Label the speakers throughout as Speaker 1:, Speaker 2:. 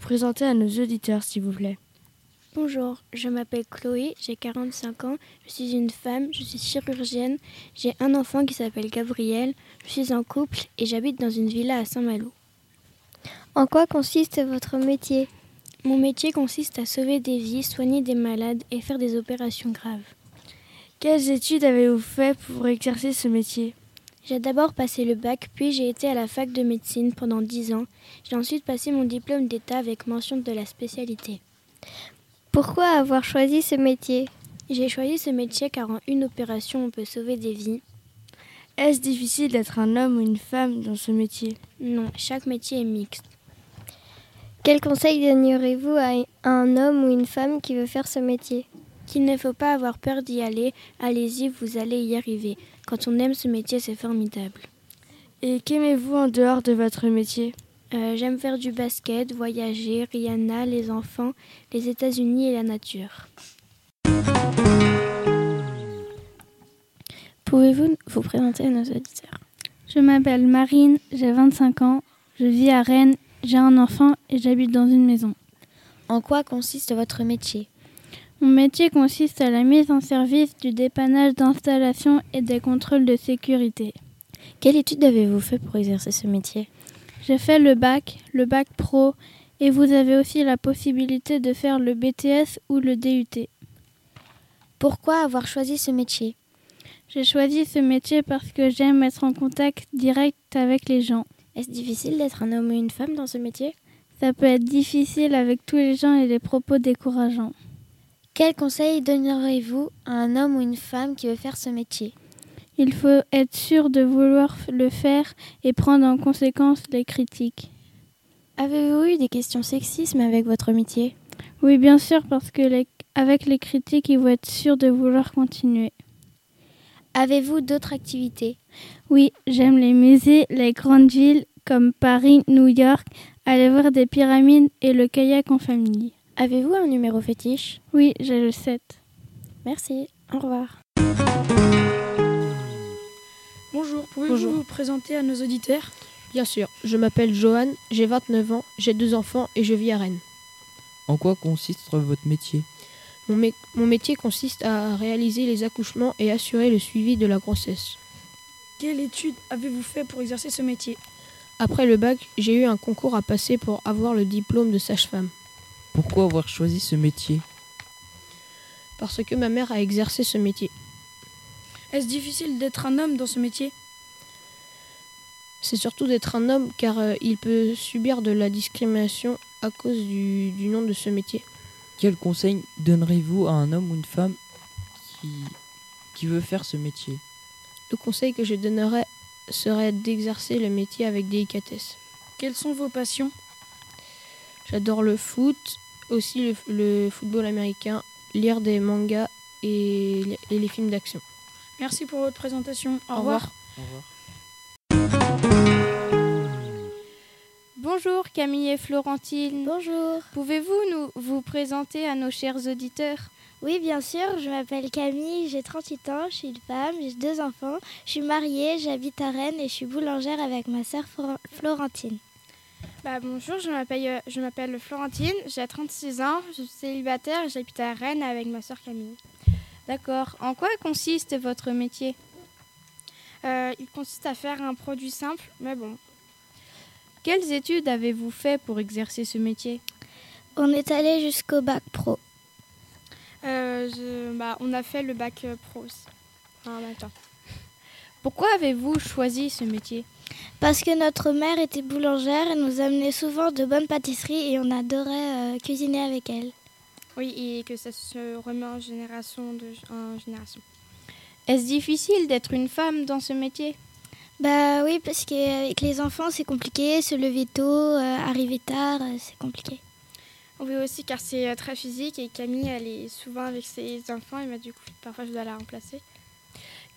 Speaker 1: présenter à nos auditeurs, s'il vous plaît.
Speaker 2: Bonjour, je m'appelle Chloé, j'ai 45 ans, je suis une femme, je suis chirurgienne, j'ai un enfant qui s'appelle Gabriel, je suis en couple et j'habite dans une villa à Saint-Malo.
Speaker 3: En quoi consiste votre métier
Speaker 2: Mon métier consiste à sauver des vies, soigner des malades et faire des opérations graves.
Speaker 1: Quelles études avez-vous fait pour exercer ce métier
Speaker 2: J'ai d'abord passé le bac, puis j'ai été à la fac de médecine pendant 10 ans. J'ai ensuite passé mon diplôme d'état avec mention de la spécialité.
Speaker 3: Pourquoi avoir choisi ce métier
Speaker 2: J'ai choisi ce métier car en une opération on peut sauver des vies.
Speaker 1: Est-ce difficile d'être un homme ou une femme dans ce métier
Speaker 2: Non, chaque métier est mixte.
Speaker 3: Quel conseil donneriez-vous à un homme ou une femme qui veut faire ce métier
Speaker 2: Qu'il ne faut pas avoir peur d'y aller, allez-y, vous allez y arriver. Quand on aime ce métier, c'est formidable.
Speaker 1: Et qu'aimez-vous en dehors de votre métier
Speaker 2: Euh, J'aime faire du basket, voyager, Rihanna, les enfants, les États-Unis et la nature.
Speaker 4: Pouvez-vous vous présenter à nos auditeurs
Speaker 5: Je m'appelle Marine, j'ai 25 ans, je vis à Rennes, j'ai un enfant et j'habite dans une maison.
Speaker 4: En quoi consiste votre métier
Speaker 5: Mon métier consiste à la mise en service du dépannage d'installation et des contrôles de sécurité.
Speaker 4: Quelle étude avez-vous fait pour exercer ce métier
Speaker 5: J'ai fait le bac, le bac pro et vous avez aussi la possibilité de faire le BTS ou le DUT.
Speaker 4: Pourquoi avoir choisi ce métier
Speaker 5: J'ai choisi ce métier parce que j'aime être en contact direct avec les gens.
Speaker 4: Est-ce difficile d'être un homme ou une femme dans ce métier
Speaker 5: Ça peut être difficile avec tous les gens et les propos décourageants.
Speaker 4: Quel conseil donneriez-vous à un homme ou une femme qui veut faire ce métier
Speaker 5: Il faut être sûr de vouloir le faire et prendre en conséquence les critiques.
Speaker 4: Avez-vous eu des questions sexisme avec votre métier
Speaker 5: Oui, bien sûr, parce que les- avec les critiques, il faut être sûr de vouloir continuer.
Speaker 4: Avez-vous d'autres activités
Speaker 5: Oui, j'aime les musées, les grandes villes comme Paris, New York, aller voir des pyramides et le kayak en famille.
Speaker 4: Avez-vous un numéro fétiche
Speaker 5: Oui, j'ai le 7.
Speaker 4: Merci, au revoir.
Speaker 6: Bonjour, pouvez-vous
Speaker 7: Bonjour.
Speaker 6: vous présenter à nos auditeurs
Speaker 7: Bien sûr, je m'appelle Johan, j'ai 29 ans, j'ai deux enfants et je vis à Rennes.
Speaker 8: En quoi consiste votre métier
Speaker 7: Mon, mé- mon métier consiste à réaliser les accouchements et assurer le suivi de la grossesse.
Speaker 6: Quelle étude avez-vous fait pour exercer ce métier
Speaker 7: Après le bac, j'ai eu un concours à passer pour avoir le diplôme de sage-femme.
Speaker 8: Pourquoi avoir choisi ce métier
Speaker 7: Parce que ma mère a exercé ce métier.
Speaker 6: Est-ce difficile d'être un homme dans ce métier
Speaker 7: C'est surtout d'être un homme car euh, il peut subir de la discrimination à cause du, du nom de ce métier.
Speaker 8: Quel conseil donneriez-vous à un homme ou une femme qui, qui veut faire ce métier
Speaker 7: Le conseil que je donnerais serait d'exercer le métier avec délicatesse.
Speaker 6: Quelles sont vos passions
Speaker 7: J'adore le foot, aussi le, le football américain, lire des mangas et, li- et les films d'action.
Speaker 6: Merci pour votre présentation. Au, revoir.
Speaker 8: Au revoir.
Speaker 9: Bonjour Camille et Florentine.
Speaker 3: Bonjour.
Speaker 9: Pouvez-vous nous vous présenter à nos chers auditeurs
Speaker 3: Oui, bien sûr, je m'appelle Camille, j'ai 38 ans, je suis une femme, j'ai deux enfants, je suis mariée, j'habite à Rennes et je suis boulangère avec ma sœur Flor- Florentine.
Speaker 9: Bah bonjour, je m'appelle euh, je m'appelle Florentine, j'ai 36 ans, je suis célibataire, et j'habite à Rennes avec ma sœur Camille. D'accord. En quoi consiste votre métier Euh, Il consiste à faire un produit simple, mais bon. Quelles études avez-vous fait pour exercer ce métier
Speaker 3: On est allé jusqu'au bac pro.
Speaker 9: Euh, bah, On a fait le bac euh, pro. Pourquoi avez-vous choisi ce métier
Speaker 3: Parce que notre mère était boulangère et nous amenait souvent de bonnes pâtisseries et on adorait euh, cuisiner avec elle.
Speaker 9: Oui, et que ça se remet en génération de, en génération. Est-ce difficile d'être une femme dans ce métier
Speaker 3: Bah oui, parce qu'avec les enfants, c'est compliqué, se lever tôt, euh, arriver tard, euh, c'est compliqué.
Speaker 9: Oui aussi, car c'est euh, très physique et Camille, elle est souvent avec ses enfants et bah, du coup, parfois, je dois la remplacer.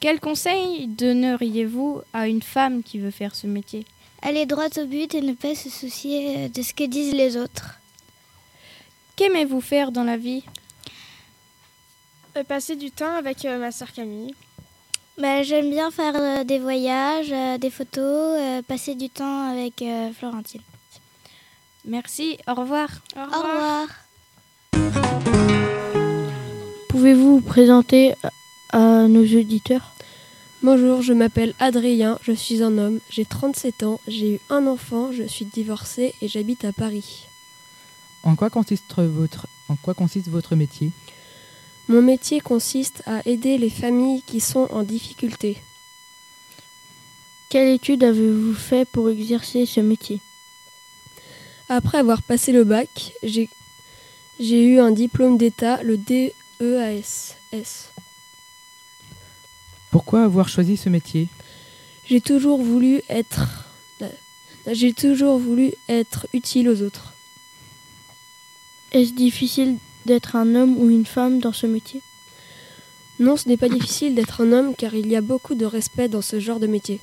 Speaker 9: Quel conseil donneriez-vous à une femme qui veut faire ce métier
Speaker 3: Aller droit au but et ne pas se soucier euh, de ce que disent les autres.
Speaker 9: Qu'aimez-vous faire dans la vie
Speaker 10: passer du temps avec euh, ma sœur Camille.
Speaker 3: Bah, J'aime bien faire euh, des voyages, euh, des photos, euh, passer du temps avec euh, Florentine.
Speaker 9: Merci, au revoir.
Speaker 11: Au revoir.
Speaker 12: Pouvez-vous vous présenter à nos auditeurs
Speaker 7: Bonjour, je m'appelle Adrien, je suis un homme, j'ai 37 ans, j'ai eu un enfant, je suis divorcé et j'habite à Paris.
Speaker 8: En quoi consiste votre, en quoi consiste votre métier
Speaker 7: Mon métier consiste à aider les familles qui sont en difficulté.
Speaker 12: Quelle étude avez-vous fait pour exercer ce métier
Speaker 7: Après avoir passé le bac, j'ai eu un diplôme d'État, le E DEAS.
Speaker 8: Pourquoi avoir choisi ce métier
Speaker 7: J'ai toujours voulu être j'ai toujours voulu être utile aux autres.
Speaker 12: Est-ce difficile d'être un homme ou une femme dans ce métier
Speaker 7: Non, ce n'est pas difficile d'être un homme car il y a beaucoup de respect dans ce genre de métier.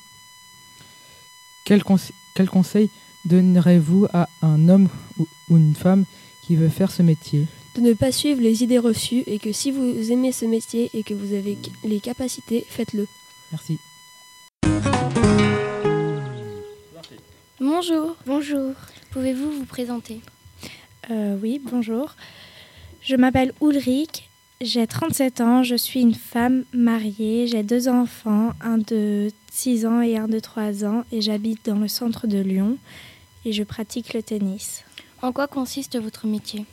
Speaker 8: Quel, conse quel conseil donnerez-vous à un homme ou, ou une femme qui veut faire ce métier
Speaker 7: de ne pas suivre les idées reçues et que si vous aimez ce métier et que vous avez les capacités, faites-le.
Speaker 8: Merci.
Speaker 3: Bonjour. Bonjour. Pouvez-vous vous présenter
Speaker 5: euh, Oui, bonjour. Je m'appelle Ulrich, j'ai 37 ans, je suis une femme mariée, j'ai deux enfants, un de 6 ans et un de 3 ans, et j'habite dans le centre de Lyon et je pratique le tennis.
Speaker 3: En quoi consiste votre métier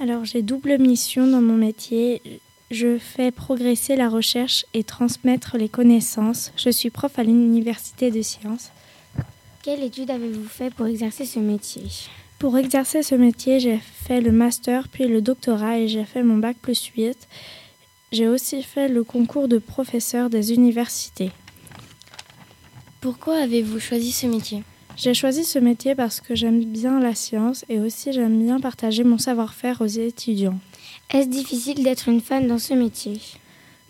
Speaker 5: alors j'ai double mission dans mon métier. Je fais progresser la recherche et transmettre les connaissances. Je suis prof à l'université de sciences.
Speaker 3: Quelle étude avez-vous fait pour exercer ce métier
Speaker 5: Pour exercer ce métier, j'ai fait le master puis le doctorat et j'ai fait mon bac plus 8. J'ai aussi fait le concours de professeur des universités.
Speaker 3: Pourquoi avez-vous choisi ce métier
Speaker 5: j'ai choisi ce métier parce que j'aime bien la science et aussi j'aime bien partager mon savoir-faire aux étudiants.
Speaker 3: Est-ce difficile d'être une femme dans ce métier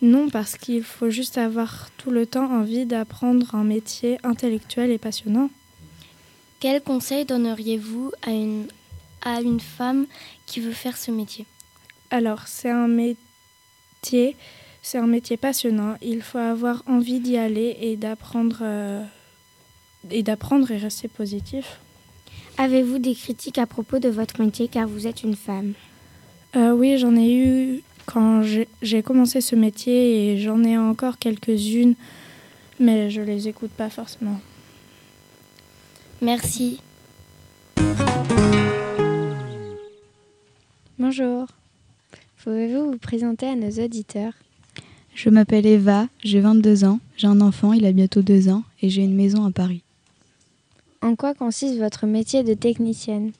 Speaker 5: Non, parce qu'il faut juste avoir tout le temps envie d'apprendre un métier intellectuel et passionnant.
Speaker 3: Quel conseil donneriez-vous à une, à une femme qui veut faire ce métier
Speaker 5: Alors, c'est un métier, c'est un métier passionnant. Il faut avoir envie d'y aller et d'apprendre. Euh, et d'apprendre et rester positif.
Speaker 3: Avez-vous des critiques à propos de votre métier car vous êtes une femme
Speaker 5: euh, Oui, j'en ai eu quand j'ai commencé ce métier et j'en ai encore quelques-unes, mais je les écoute pas forcément.
Speaker 3: Merci.
Speaker 13: Bonjour. Pouvez-vous vous présenter à nos auditeurs
Speaker 14: Je m'appelle Eva, j'ai 22 ans, j'ai un enfant, il a bientôt 2 ans et j'ai une maison à Paris.
Speaker 13: En quoi consiste votre métier de technicienne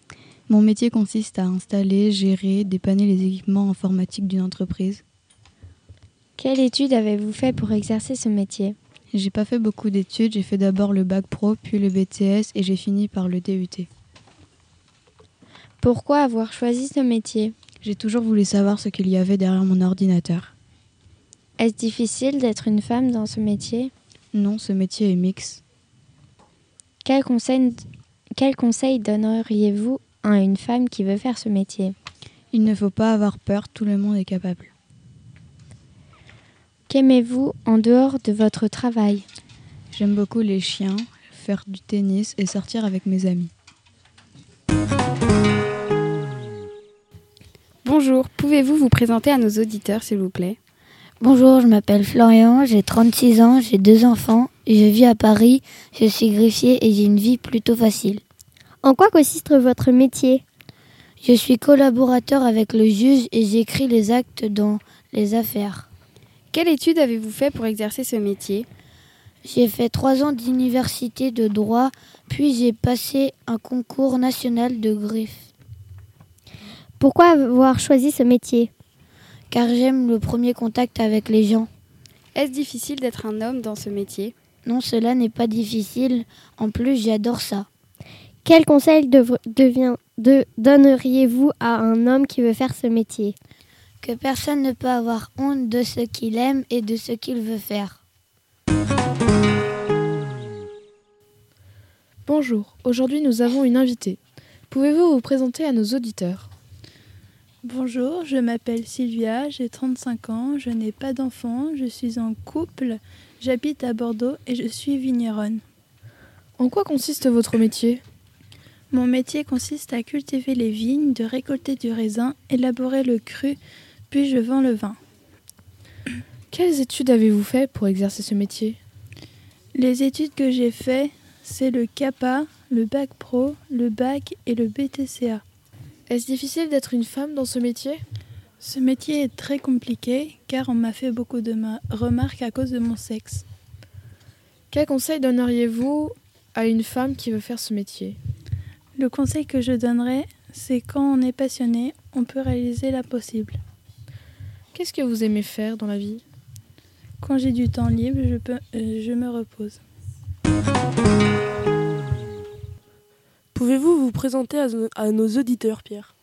Speaker 14: Mon métier consiste à installer, gérer, dépanner les équipements informatiques d'une entreprise.
Speaker 13: Quelle étude avez-vous fait pour exercer ce métier
Speaker 14: J'ai pas fait beaucoup d'études, j'ai fait d'abord le bac pro, puis le BTS et j'ai fini par le DUT.
Speaker 13: Pourquoi avoir choisi ce métier
Speaker 14: J'ai toujours voulu savoir ce qu'il y avait derrière mon ordinateur.
Speaker 13: Est-ce difficile d'être une femme dans ce métier
Speaker 14: Non, ce métier est mixte.
Speaker 13: Quel conseil, quel conseil donneriez-vous à une femme qui veut faire ce métier
Speaker 14: Il ne faut pas avoir peur, tout le monde est capable.
Speaker 13: Qu'aimez-vous en dehors de votre travail
Speaker 14: J'aime beaucoup les chiens, faire du tennis et sortir avec mes amis.
Speaker 15: Bonjour, pouvez-vous vous présenter à nos auditeurs s'il vous plaît
Speaker 16: Bonjour, je m'appelle Florian, j'ai 36 ans, j'ai deux enfants, je vis à Paris, je suis greffier et j'ai une vie plutôt facile.
Speaker 11: En quoi consiste votre métier
Speaker 16: Je suis collaborateur avec le juge et j'écris les actes dans les affaires.
Speaker 15: Quelle étude avez-vous fait pour exercer ce métier
Speaker 16: J'ai fait trois ans d'université de droit, puis j'ai passé un concours national de greffe.
Speaker 11: Pourquoi avoir choisi ce métier
Speaker 16: car j'aime le premier contact avec les gens.
Speaker 15: Est-ce difficile d'être un homme dans ce métier
Speaker 16: Non, cela n'est pas difficile. En plus, j'adore ça.
Speaker 11: Quel conseil de, de donneriez-vous à un homme qui veut faire ce métier
Speaker 16: Que personne ne peut avoir honte de ce qu'il aime et de ce qu'il veut faire.
Speaker 17: Bonjour, aujourd'hui nous avons une invitée. Pouvez-vous vous présenter à nos auditeurs
Speaker 18: Bonjour, je m'appelle Sylvia, j'ai 35 ans, je n'ai pas d'enfant, je suis en couple, j'habite à Bordeaux et je suis vigneronne.
Speaker 17: En quoi consiste votre métier
Speaker 16: Mon métier consiste à cultiver les vignes, de récolter du raisin, élaborer le cru, puis je vends le vin.
Speaker 7: Quelles études avez-vous fait pour exercer ce métier
Speaker 16: Les études que j'ai faites, c'est le CAPA, le bac pro, le bac et le BTCA.
Speaker 7: Est-ce difficile d'être une femme dans ce métier
Speaker 16: Ce métier est très compliqué car on m'a fait beaucoup de remarques à cause de mon sexe.
Speaker 7: Quel conseil donneriez-vous à une femme qui veut faire ce métier
Speaker 16: Le conseil que je donnerais, c'est quand on est passionné, on peut réaliser l'impossible.
Speaker 7: Qu'est-ce que vous aimez faire dans la vie
Speaker 16: Quand j'ai du temps libre, je, peux, euh, je me repose.
Speaker 19: Pouvez-vous vous présenter à, à nos auditeurs, Pierre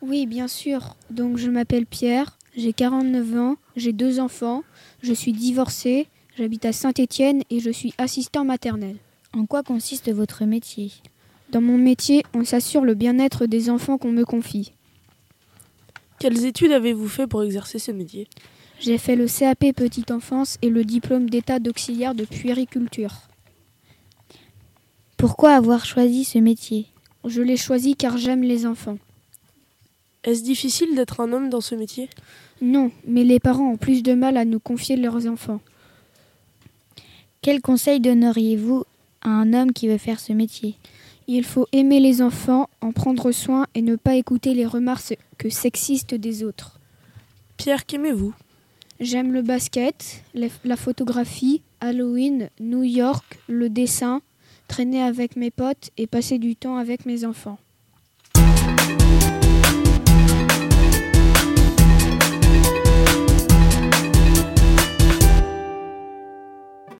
Speaker 5: Oui, bien sûr. Donc, je m'appelle Pierre, j'ai 49 ans, j'ai deux enfants, je suis divorcée, j'habite à Saint-Étienne et je suis assistant maternel.
Speaker 3: En quoi consiste votre métier
Speaker 5: Dans mon métier, on s'assure le bien-être des enfants qu'on me confie.
Speaker 19: Quelles études avez-vous fait pour exercer ce métier
Speaker 5: J'ai fait le CAP Petite Enfance et le diplôme d'état d'auxiliaire de puériculture.
Speaker 3: Pourquoi avoir choisi ce métier
Speaker 5: Je l'ai choisi car j'aime les enfants.
Speaker 19: Est-ce difficile d'être un homme dans ce métier
Speaker 5: Non, mais les parents ont plus de mal à nous confier leurs enfants.
Speaker 3: Quel conseil donneriez-vous à un homme qui veut faire ce métier
Speaker 5: Il faut aimer les enfants, en prendre soin et ne pas écouter les remarques que sexistes des autres.
Speaker 19: Pierre, qu'aimez-vous
Speaker 5: J'aime le basket, la photographie, Halloween, New York, le dessin, traîner avec mes potes et passer du temps avec mes enfants.